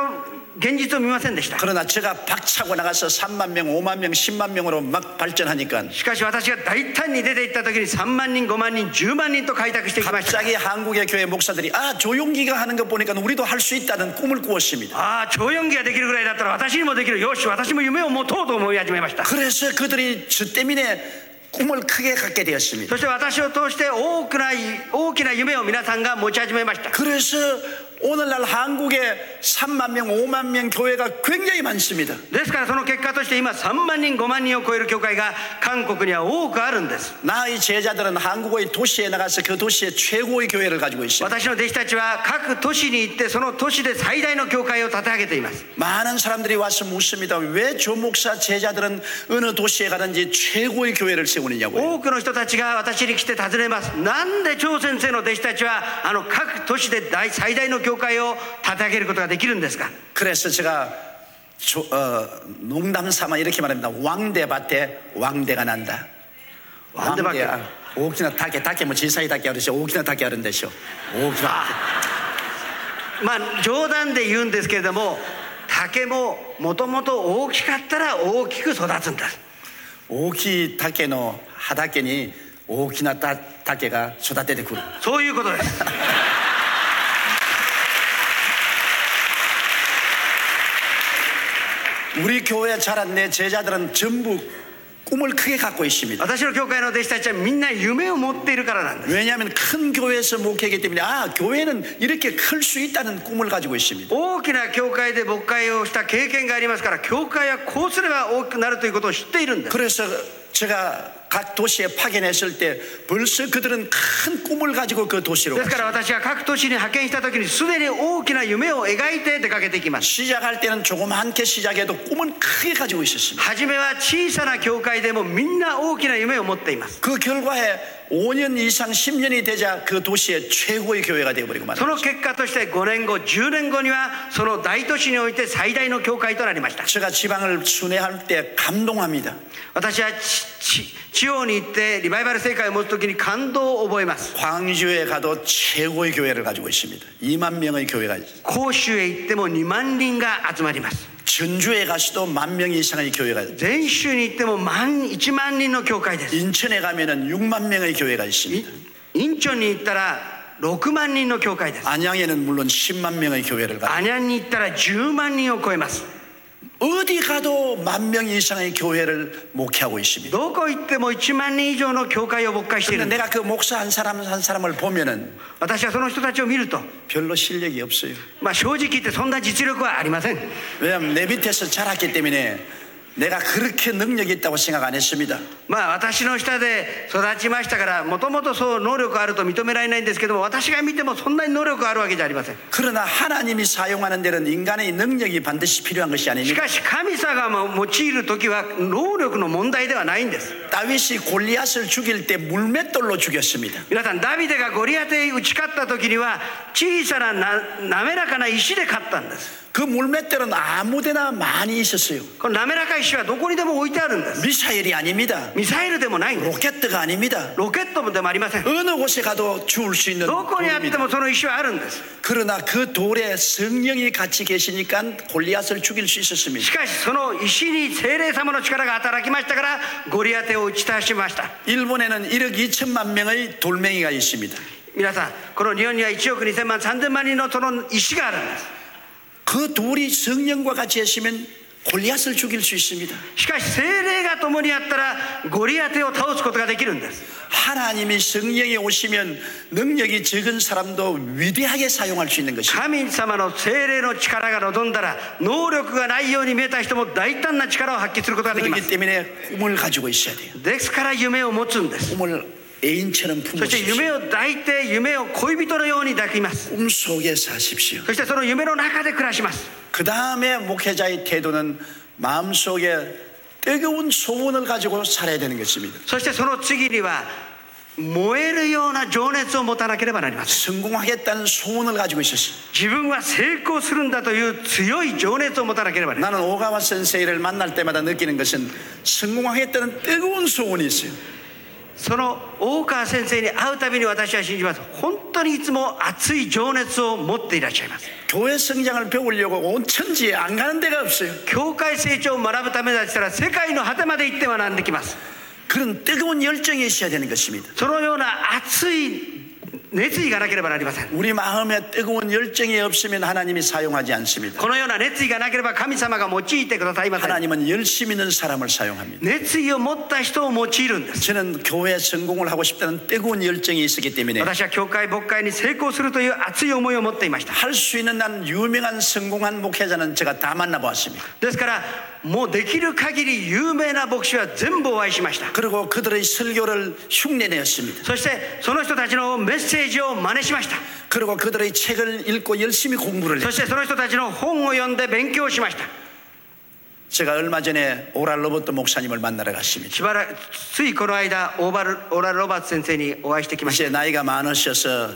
S2: 現実を見ませんでした
S1: 그러나 제가 박차고 나가서 3만 명, 5만 명, 10만 명으로 막 발전하니까
S2: しかし私が大胆に出て行った時に3万人5万人10万人と開拓していきました
S1: 갑자기 한국의 교회 목사들이 아 조용기가 하는 것 보니까 우리도 할 수 있다는 꿈을 꾸었습니다.
S2: ああ超四期ができるぐらいだったら私にもできるよし私も夢を持とうと思い始めました
S1: 그래서 그들이 저 때문에 꿈을 크게 갖게 되었습니다.
S2: そして私を通して多くない大きな夢を皆さんが持ち始めました
S1: 그래서 오늘날 한국에 3만 명, 5만 명 교회가 굉장히 많습니다.
S2: ですからその結果として今3万人5万人を超える教会が韓国には多くあるんです
S1: 나의 제자들은 한국의 도시에 나가서 그 도시의 최고의 교회를 가지고 있습니다.
S2: 私の弟子たちは各都市に行ってその都市で最大の教会を立て上げています
S1: 많은 사람들이 와서 묻습니다. 왜 조목사 제자들은 어느 도시에 가든지 최고의 교회를 세우느냐고요.
S2: 多くの人たちが私に来て尋ねますなんで張先生の弟子たちはあの各都市で大最大の教会を立て上げることができるんですか
S1: 그래서 제가 조- 어, 농담 삼아 이렇게 말합니다. 왕대밭에 왕대가 난다.
S2: 왕대밭에.
S1: 왕대야. 오키나 타게 타게 뭐 지사이 타게 하듯이 오키나 타게 하는 데시오. 오키나.
S2: まあ冗談で言うんですけれども竹ももともと大きかったら大きく育つんだ
S1: 오키 타게노 하다케니 오키나 타 타게가 쏟아대대 구.
S2: そういうことです
S1: 우리 교회 자란 내 제자들은 전부 꿈을 크게 갖고 있습니다.
S2: 私の教会の弟子たちはみんな夢を持っているからなんです
S1: 왜냐하면 큰 교회에서 목회하기 때문에 아 교회는 이렇게 클 수 있다는 꿈을 가지고 있습니다.
S2: 大きな教会で牧会をした経験がありますから教会はこうすれば大きくなるということを知っているんです
S1: 그래서 제가 각 도시에 파견했을 때 벌써 그들은 큰 꿈을 가지고 그 도시로
S2: ですか
S1: 갔어요.
S2: ら私は各都市に派遣した時にすでに大きな夢を描いて出かけていきます
S1: 시작할 때는 조그맣게 시작해도 꿈은 크게 가지고 있었습니다.
S2: 初めは小さな教会でもみんな大きな夢を持っています
S1: 그 결과에 5년 이상 10년이 되자 그 도시의 최고의 교회가 되어버리고
S2: そ
S1: 말아요.
S2: の結果として5年後10年後にはその大都市において最大の教会となりました
S1: 제가 지방을 순회할 때 감동합니다.
S2: 私はちち地方に行ってリバイバル聖会を持つ時に感動を覚えます
S1: 광주에 가도 최고의 교회를 가지고 있습니다. 2만 명의 교회가 있어요.
S2: 甲州へ行っても2万人が集まります
S1: 전주에 가서도 만 명 이상의 교회가 있어요.
S2: 全州に行っても万1万人の教会です
S1: 인천에 가면은 6만 명의 교회가 있습니다.
S2: インチョンに行ったら6万人の教会です
S1: 안양에는 물론 10만 명의 교회를 가.
S2: アニャンに行ったら10万人を超えます
S1: 어디 가도 만 명 이상의 교회를 목회하고 있습니다.
S2: どこ行っても1万人以上の教会を牧会している
S1: 근데 내가 그 목사 한 사람 한 사람을 보면은
S2: 私はその人たちを見ると、
S1: 별로 실력이 없어요.
S2: まあ、正直言ってそんな実力はありません
S1: 왜냐하면 내 밑에서 자랐기 때문에 내가 그렇게 능력이 있다고 생각 안 했습니다.
S2: まあ私の下で育ちましたからもともとそう能力あると認められないんですけども私が見てもそんなに能力があるわけじゃありません
S1: 그러나 하나님이 사용하는 데는 인간의 능력이 반드시 필요한 것이
S2: し
S1: 아닙니다.
S2: かし神様が用いる時は能力の問題ではないんです
S1: 다윗이 골리앗을 죽일 때 물맷돌로 죽였습니다.
S2: 皆さんダビデがゴリアテに打ち勝った時には小さなな滑らかな石で勝ったんです
S1: 그 물맷돌은 아무데나 많이 있었어요.
S2: この滑らかい石はどこにでも置いてあるんです
S1: 미사일이 아닙니다.
S2: ミサイルでもないんです
S1: 로켓트가 아닙니다.
S2: ロケットでもありません
S1: 어느 곳에 가도 주울 수 있는
S2: どこにあって
S1: 돌입니다.
S2: もその石はあるんです
S1: 그러나 그 돌에 성령이 같이 계시니까 골리앗을 죽일 수
S2: し
S1: 있었습니다.
S2: かしその石に精霊様の力が働きましたからゴリアテを打ち倒しました
S1: 일본에는 1억 2천만 명의 돌멩이가 있습니다.
S2: 皆さんこの日本には1億2000万3000万人のその石があるんです
S1: 그 돌이 성령과 같이 있으면 골리앗을 죽일 수 있습니다.
S2: しかし精霊が共にあったらゴリアテを倒すことができるんです
S1: 하나님이 성령에 오시면 능력이 적은 사람도 위대하게 사용할 수 있는 것입니다.
S2: 神様の精霊の力が望んだら能力がないように見えた人も大胆な力を発揮することができま
S1: 그렇기
S2: す
S1: 때문에 꿈을 가지고 있어야 돼요.
S2: ですから夢を持つんです
S1: 꿈을 애인처럼
S2: そして
S1: 품으십시오.
S2: 夢を抱いて夢を恋人のように抱きます
S1: 꿈 속에 사십시오.
S2: そしてその夢の中で暮らします
S1: 그 다음에 목회자의 태도는 마음속에 뜨거운 소원을 가지고 살아야 되는 것입니다.
S2: そしてその次には燃えるような情熱を持たなければなりません
S1: 성공하겠다는 소원을 가지고 있었어요.
S2: 自分は成功するんだという強い情熱を持たなければなりま
S1: 나는 오가와 선생이를 만날 때마다 느끼는 것은 성공하겠다는 뜨거운 소원이 있어요.
S2: せんその大川先生に会うたびに私は信じます本当にいつも熱い情熱を持っていらっしゃいます
S1: 교회 성장을 배우려고 온 천지에 안 가는 데가 없어요.
S2: 教会成長を学ぶためだとしたら世界の果てまで行って学んできます
S1: 그런 뜨거운 열정이 있어야 되는 것입니다.
S2: そのような熱い熱意がなければなりません
S1: 우리 마음에 뜨거운 열정이 없으면 하나님이 사용하지 않습니다.
S2: このような熱意がなければ神様が用いてくださいません
S1: 하나님은 열심 있는 사람을 사용합니다.
S2: 熱意を持った人を用いるんです
S1: 저는 교회 성공을 하고 싶다는 뜨거운 열정이 있었기 때문에
S2: 私は教会牧会に成功するという熱い思いを持っていました
S1: 할 수 있는 난 유명한 성공한 목회자는 제가 다 만나보았습니다.
S2: ですからもうできる限り有名な牧師は全部お会いしました
S1: 그리고 그들의 설교를 흉내내었습니다.
S2: そしてその人たちのメッセージを真似しました
S1: 그리고 그들의 책을 읽고 열심히 공부를
S2: そ
S1: 했습니다.
S2: してその人たちの本を読んで勉強しました
S1: 제가 얼마 전에 오랄 로버트 목사님을 만나러 갔습니다.
S2: しばらくついこの間オーバルオーラ・ロバーツ先生にお会いしてきました
S1: 이제 나이가 많으셔서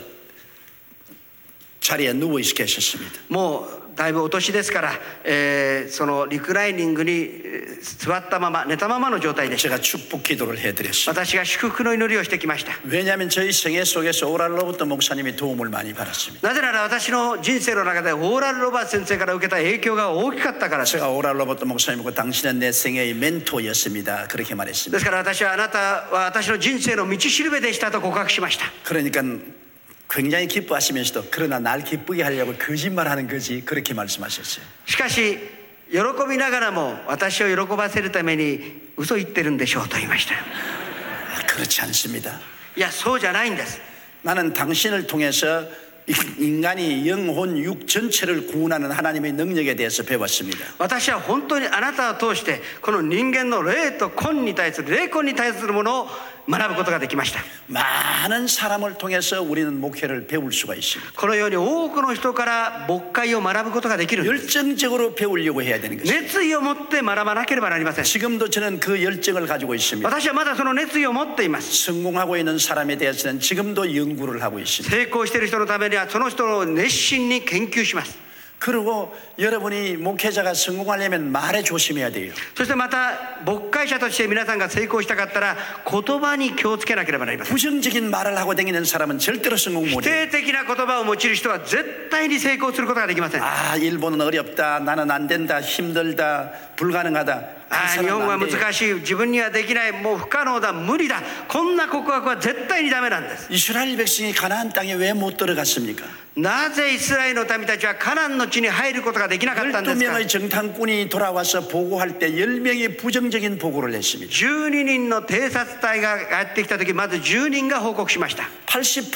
S1: 자리에 누워 있게 하셨습니다.
S2: もうだいぶお年ですから、えーそのリクライニングにえー座ったまま寝たままの状態でした
S1: 제가 축복 기도를 해드렸습니다.
S2: 私が祝福の祈りをしてきました
S1: 왜냐하면 저희 생애 속에서 오랄 로버트 목사님이 도움을 많이 받았습니다.
S2: なぜなら私の人生の中でオーラル・ロバーツ先生から受けた影響が大きかったからです
S1: 제가 오랄 로버트 목사님과 당신은 내 생애의 멘토였습니다. 그렇게 말했습니다.
S2: ですから私はあなたは私の人生の道しるべでしたと告白しました
S1: 그러니까 굉장히 기뻐하시면서도 그러나 날 기쁘게 하려고 거짓말하는 거지 그렇게 말씀하셨어요.
S2: しかし喜びながらも私を喜ばせるために嘘言ってるんでしょうと言いました
S1: 아, 그렇지 않습니다.
S2: いやそうじゃないんです
S1: 나는 당신을 통해서 이- 인간이 영혼 육 전체를 구원하는 하나님의 능력에 대해서 배웠습니다.
S2: 私は本当にあなたを通してこの人間の霊と根に対する霊根に対するものを学ぶことができました
S1: 많은 사람을 통해서 우리는 목회를 배울 수가 있습니다.
S2: このように多くの人から牧会を学ぶことができるんです
S1: 열정적으로 배우려고 해야 되는 것입니다.
S2: 熱意を持って学ばなければなりません
S1: 지금도 저는 그 열정을 가지고 있습니다.
S2: 私はまだその熱意を持っています
S1: 성공하고 있는 사람에 대해서는 지금도 연구를 하고 있습니다.
S2: 成功している人のためにはその人を熱心に研究します
S1: 그리고 여러분이 목회자가 성공하려면 말에 조심해야 돼요.
S2: そしてまた牧会者として皆さんが成功したかったら言葉に気をつけなければなりません
S1: 부정적인 말을 하고 다니는 사람은 절대로 성공
S2: 否
S1: 못해요.
S2: 定的な言葉を用いる人は絶対に成功することができませんあ
S1: 아 일본은 어렵다. 나는 안 된다. 힘들다. 불가능하다.
S2: あ日本は
S1: 안 돼요.
S2: 難しい自分にはできないもう不可能だ無理だこんな告白は絶対にダメなんです
S1: 이스라엘 백성이 가나안 땅에 왜 못 들어갔습니까?
S2: なぜイスラエルの民たちはカナンの地に入ることができなかったんですか
S1: 12명의 정탐꾼이 돌아와서 보고할 때 10명이 부정적인 보고를 했습니다.
S2: 12人の偵察隊がやってきた時まず10人が報告しました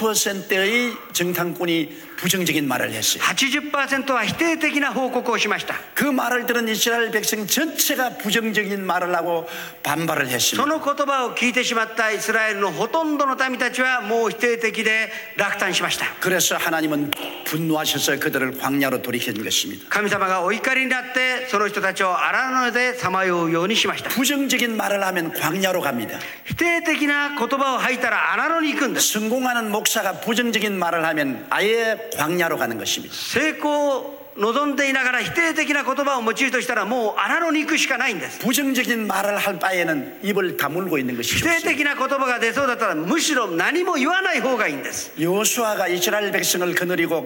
S1: 80%의 정탐꾼이 부정적인 말을 했어요.
S2: 80%は否定的な報告をしました
S1: 그 말을 들은 이스라엘 백성 전체가 부정적인 말을 하고 반발을
S2: そ
S1: 했습니다.
S2: の言葉を聞いてしまったイスラエルのほとんどの民たちはもう否定的で落胆しました
S1: 그래서 하나님은 분노하셔서 그들을 광야로 돌이킨 것입니다.
S2: 神様がお怒りになってその人たちを荒野でさまようようにしました
S1: 부정적인 말을 하면 광야로 갑니다.
S2: 否定的な言葉を吐いたら荒野に行くんです
S1: 성공하는 목사가 부정적인 말을 하면 아예 광야로 가는 것입니다.
S2: 成功を望んでいながら否定的な言葉を用いるとしたらもう荒野に行くしかないんです
S1: 부정적인 말을 할 바에는 입을 다물고 있는 것이
S2: 否定
S1: 좋습니다.
S2: 的な言葉が出そうだったらむしろ何も言わない方がいいんです
S1: 요수아가 이스라엘 백성을 거느리고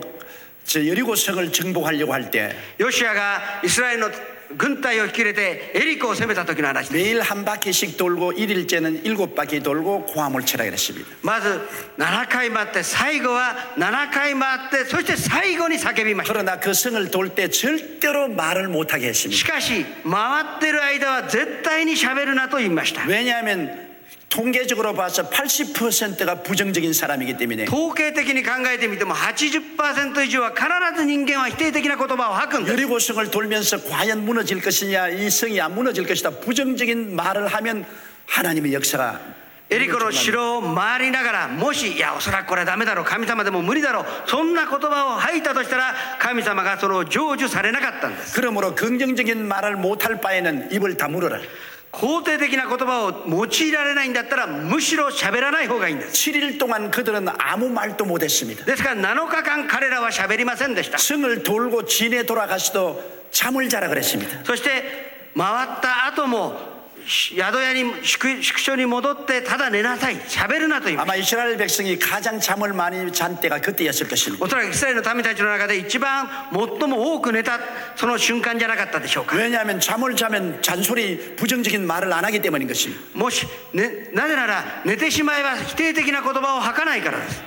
S1: 저 여리고성을 정복하려고 할 때
S2: ヨシアがイスラエルの軍隊を引き入れてエリコを攻めた時の話です
S1: 매일 한 바퀴씩 돌고 일일째는 일곱 바퀴 돌고 고함을 치라 그랬습니다.
S2: まず7回回って最後は7回回ってそして最後に叫びました
S1: 그러나 그 성을 돌 때 절대로 말을 못하게 했습니다.
S2: しかし回ってる間は絶対に喋るなと言いました
S1: 왜냐하면 통계적으로 봐서 80%가 부정적인 사람이기 때문에
S2: 統計的に考えてみても80%以上は必ず人間は否定的な言葉を吐くんです
S1: 여리고 성을 돌면서 과연 무너질 것이냐 이 성이 안 무너질 것이다 부정적인 말을 하면 하나님의 역사가
S2: エリコの城を回りながらもしいやおそらくこれはダメだろう神様でも無理だろうそんな言葉を吐いたとしたら神様がそれを成就されなかったんです
S1: 그러므로 긍정적인 말을 못할 바에는 입을 다물어라
S2: 肯定的な言葉を用いられないんだったらむしろ喋らない方がいいんです
S1: 7일 동안 그들은 아무 말도 못했습니다
S2: ですから7日間彼らは喋りませんでした
S1: 성을 돌고 진에 돌아가시도 잠을 자라 그랬습니다
S2: そして回った後も宿屋に宿宿所に戻ってただ寝なさい喋るなと言います
S1: 아마 이스라엘 백성이 가장 잠을 많이 잔 때가 그때였을 것입니다
S2: おそらくイスラエルの民たちの中で一番最も多く寝たその瞬間じゃなかったでしょうか
S1: 왜냐하면 잠을 자면 잔소리 부정적인 말을 안 하기 때문인 것입니다
S2: もし、ね、なぜなら寝てしまえば否定的な言葉を吐かないからです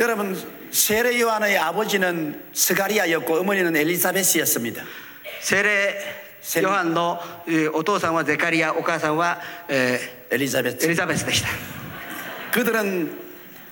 S1: 여러분 세례 요한의 아버지는 스가리아였고 어머니는 엘리사벳이었습니다.
S2: 聖霊ヨハンのえーお父さんはゼカリアお母さんは、え
S1: 엘리사벳.
S2: ーエリザベスでした
S1: 그들은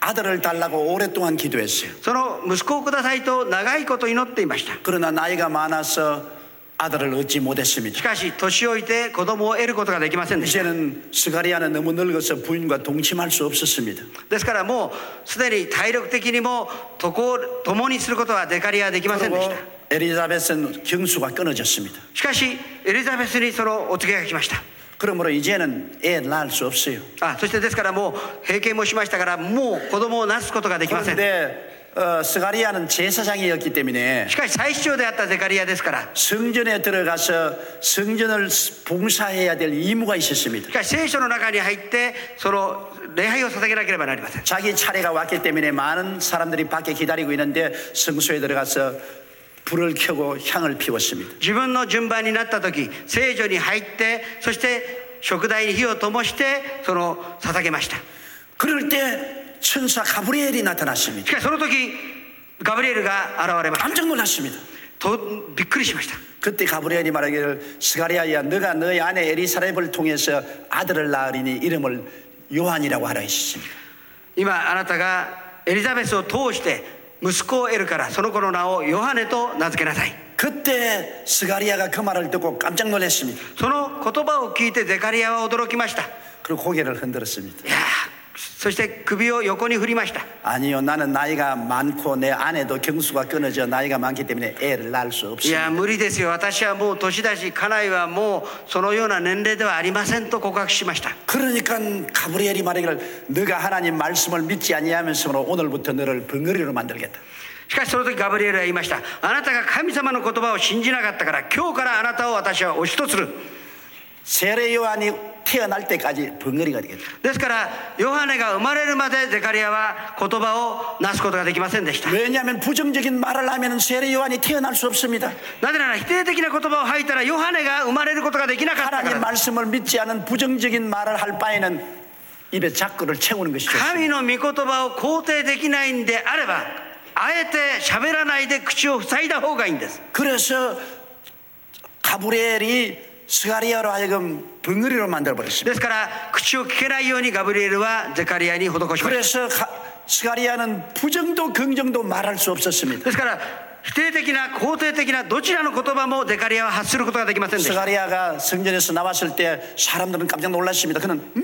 S1: 아들을 달라고 오랫동안 기도했어요.
S2: その息子をくださいと長いこと祈っていました
S1: 그러나 나이가 많아서 아들을 얻지
S2: し
S1: 못했습니다.
S2: かし年老いて子供を得ることができませんでした
S1: 이제는 스가리아는 너무 늙어서 부인과 동침할 수 없었습니다.
S2: ですからもうすでに体力的にもとこ共にすることはデカリアはできませんでし
S1: 그리고
S2: た
S1: 엘리사벳은 경수가 끊어졌습니다.
S2: しかしエリザベスにそのお告げが来ました
S1: 그러므로 이제는 애 낳을 수 없어요.
S2: あそしてですからもう閉経もしましたからもう子供をなすことができませんし
S1: 그런데 어, 스가리아는 제사장이었기 때문에
S2: かし最首長であったゼカリアですから
S1: 성전에 들어가서 성전을 봉사해야 될義務가
S2: し
S1: 있었습니다.
S2: かし聖書の中に入ってその礼拝を捧げなければなりません
S1: 자기 차례가 왔기 때문에 많은 사람들이 밖에 기다리고 있는데 성소에 들어가서 불을 켜고 향을 피웠습니다.
S2: 自分の順番になった時聖女に入ってそして食台に火を灯してその捧げました
S1: 그럴 때 천사 가브리엘이 나타났습니다.
S2: しかしその時ガブリエルが現れました
S1: 깜짝 놀랐습니다.
S2: とびっくりしました
S1: 그때 가브리엘이 말하기를 스가리아야 너가 너의 아내 에리사렙을 통해서 아들을 낳으리니 이름을 요한이라고 하라 했습니다.
S2: 今あなたがエリザベスを通して息子を得るからその子の名をヨハネと名付けなさい
S1: 그때 스가리아가 그 말을 듣고 깜짝 놀랐습니다.
S2: その言葉を聞いてゼカリアは驚きましたい
S1: 그리고 고개를 흔들었습니다.
S2: やーそして首を横に振りました
S1: 아니요 나는 나이가 많고 내 아내도 경수가 끊어져 나이가 많기 때문에 애를 낳을 수
S2: い
S1: 없습니다
S2: やー無理ですよ私はもう年だし家内はもうそのような年齢ではありませんと告白しました
S1: 그러니까 가브리엘이 말하기를 네가 하나님 말씀을 믿지 아니하면서 오늘부터 너를 벙어리로 만들겠다
S2: しかしその時ガブリエルは言いましたあなたが神様の言葉を信じなかったから今日からあなたを私は推しとする
S1: 세례 요한이 태어날 때까지 벙어리가 되겠다
S2: ですからヨハネが生まれるまでゼカリアは言葉をなすことができませんでした
S1: 왜냐하면 부정적인 말을 하면 세례 요한이 태어날 수 없습니다
S2: なぜなら否定的な言葉を吐いたらヨハネが生まれることができなかったか
S1: 하나님
S2: ら
S1: 말씀을 믿지 않은 부정적인 말을 할 바에는 입에 자꾸를 채우는 것이죠
S2: 神の御言葉を肯定できないんであればあえて喋らないで口を塞いだ方がいいんです
S1: 그래서 가브리엘이 스가리아로 하여금 벙어리로 만들어버렸습니다
S2: ですから口を聞けないようにガブリエルはゼカリアに施しましたで
S1: 그래서 가- 스가리아는 부정도 긍정도 말할 수 없었습니다.
S2: すから否定的な肯定的などちらの言葉もゼカリアは発することができませ
S1: 네.
S2: んでした
S1: 스가리아가 성전에서 나왔을 때 사람들은 깜짝 놀랐습니다. 그는 음?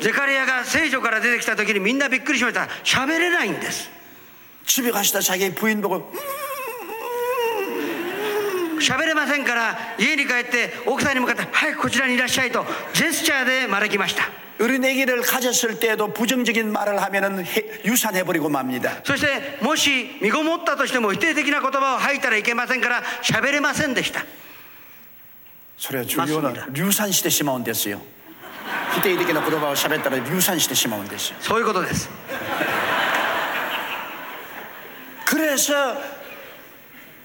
S2: ゼカリアが聖女から出てきた時にみんなびっくりしました喋れないんです
S1: 집에 가시다 자기 부인 보고 음?
S2: 喋れませんから家に帰って奥さんに向かって早くこちらにいらっしゃいとジェスチャーで招きました
S1: 어린애기를 가졌을 때에도 부정적인 말을 하면은 해- 유산해버리고 맙니다.
S2: そしてもし身ごもったとしても否定的な言葉を吐いたらいけませんから喋れませんでした
S1: 소리가 중요한
S2: 맞습니다.
S1: 유산시대 심하온 됐어요. 그때 이렇게나 물어봐고 샵했다라 유산시대 심하온 됐어요.
S2: そういうことです
S1: 그래서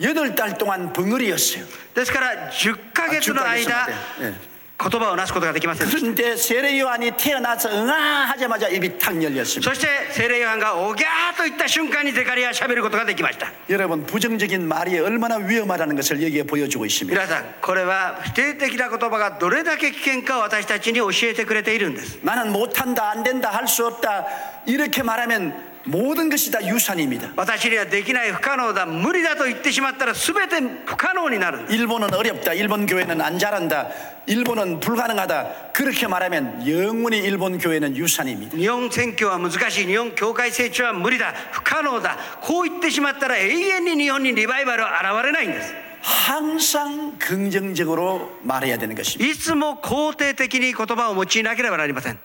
S1: 여덟 달 동안 벙어리였어요.
S2: ですから10ヶ月の
S1: あ10ヶ月ま
S2: 間
S1: でえ
S2: 言葉をなすことができませんでした
S1: 그런데 세례 요한이 태어나서 응아 하자마자 입이 탁 열렸습니다.
S2: そして聖霊ヨハンがおぎゃーと言った瞬間にゼカリアは喋ることができました
S1: 여러분 부정적인 말이 얼마나 위험하다는 것을 여기에 보여주고 있습니다.
S2: 皆さんこれは否定的な言葉がどれだけ危険かを私たちに教えてくれているんです
S1: 나는 못한다, 안 된다, 할 수 없다 이렇게 말하면 모든 것이 다 유산입니다.
S2: 私にはできない不可能だ無理だと言ってしまったら全て不可能になるんです
S1: 일본은 어렵다, 일본 교회는 안 자란다, 일본은 불가능하다 그렇게 말하면 영원히 일본 교회는 유산입니다.
S2: 日本選挙は難しい日本教会成長は無理だ不可能だこう言ってしまったら永遠に日本にリバイバルは現れないんです
S1: 항상 긍정적으로 말해야 되는 것입니다.
S2: いつも肯定的に言葉を用いなければなりません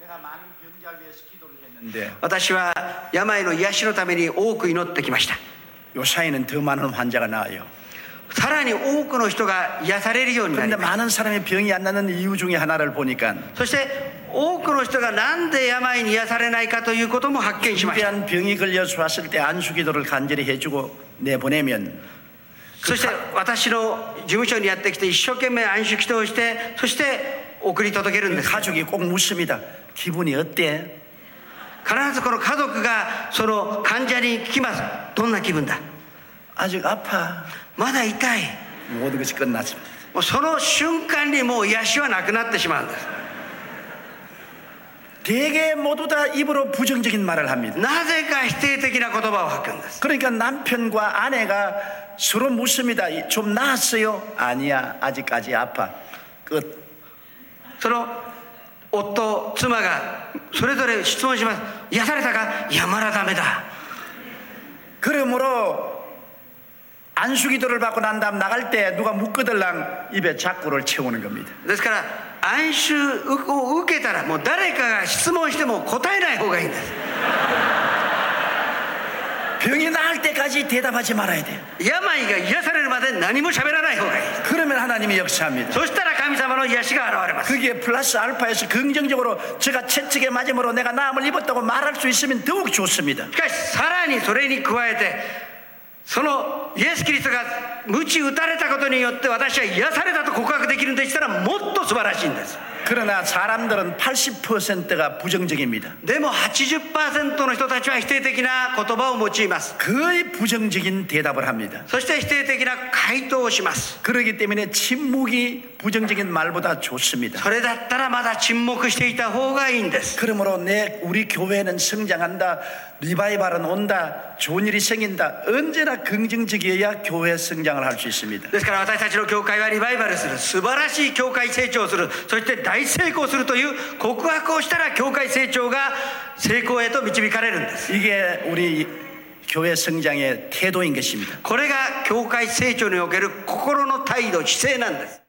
S1: 내가 많은 병자 위해서 기도를 했는데
S2: 私は病の癒しのために多く祈ってきました
S1: 요 사이는 더 많은 환자가 나아요.
S2: さらに多くの人が癒されるようになり
S1: 그런데
S2: ました
S1: 많은 사람이 병이 안 나는 이유 중에 하나를 보니까
S2: そして多くの人がなんで病に癒されないかということも発見しました
S1: 중대한 병이 걸려서 왔을 때 안수기도를 간절히 해주고 내보내면
S2: そして私の事務所にやってきて一生懸命安心祈祷してそして送り届けるんです
S1: 가족이 꼭 묻습니다. 기분이 어때?
S2: 必ずこの家族がその患者に聞きますどんな気分だ
S1: 아직 아파.
S2: まだ痛い
S1: 모든 것이 끝났습니다.
S2: もうその瞬間にもう癒しはなくなってしまうんです
S1: 대개 모두 다 입으로 부정적인 말을 합니다.
S2: なぜか否定的な言葉を吐くんです
S1: 그러니까 남편과 아내가 서로 묻습니다. 이, 좀 나았어요? 아니야. 아직까지 아파. 끝.
S2: その夫妻がそれぞれ質問します癒されたかいやまだダメだ
S1: 그러므로 안수기도를 받고 난 다음 나갈 때 누가 묶어들랑 입에 자꾸를 채우는 겁니다.
S2: ですから暗衆を受けたらもう誰かが質問しても答えない方がいいんです
S1: 병이 나을 때까지 대답하지 말아야 돼요.
S2: 病が癒されるまで何も喋らない方がいい
S1: 그러면 하나님이 역사합니다.
S2: そしたら神様の癒しが現れます
S1: 그게 플러스 알파에서 긍정적으로 제가 채찍에 맞음으로 내가 나음을 입었다고 말할 수 있으면 더욱 좋습니다.
S2: しかしさらにそれに加えてそのイエス・キリストが鞭打たれたことによって私は癒されたと告白できるんでしたらもっと素晴らしいんです
S1: 그러나 사람들은 80%가 부정적입니다.
S2: でも80%の人たちは否定的な言葉を用います
S1: 거의 부정적인 대답을 합니다.
S2: そして否定的な回答をします
S1: 그러기 때문에 침묵이 부정적인 말보다 좋습니다.
S2: それだったらまだ沈黙していた方がいいんです
S1: 그러므로 내 우리 교회는 성장한다. 리바이발은 온다. 좋은 일이 생긴다. 언제나 긍정적이어야 교회 성장을 할 수 있습니다.
S2: ですから私たちの教会はリバイバルする素晴らしい教会成長をするそして大成功するという告白をしたら教会成長が成功へと導かれるんです
S1: 이게 우리 교회 성장의 태도인 것입니다.
S2: これが教会成長における心の態度姿勢なんです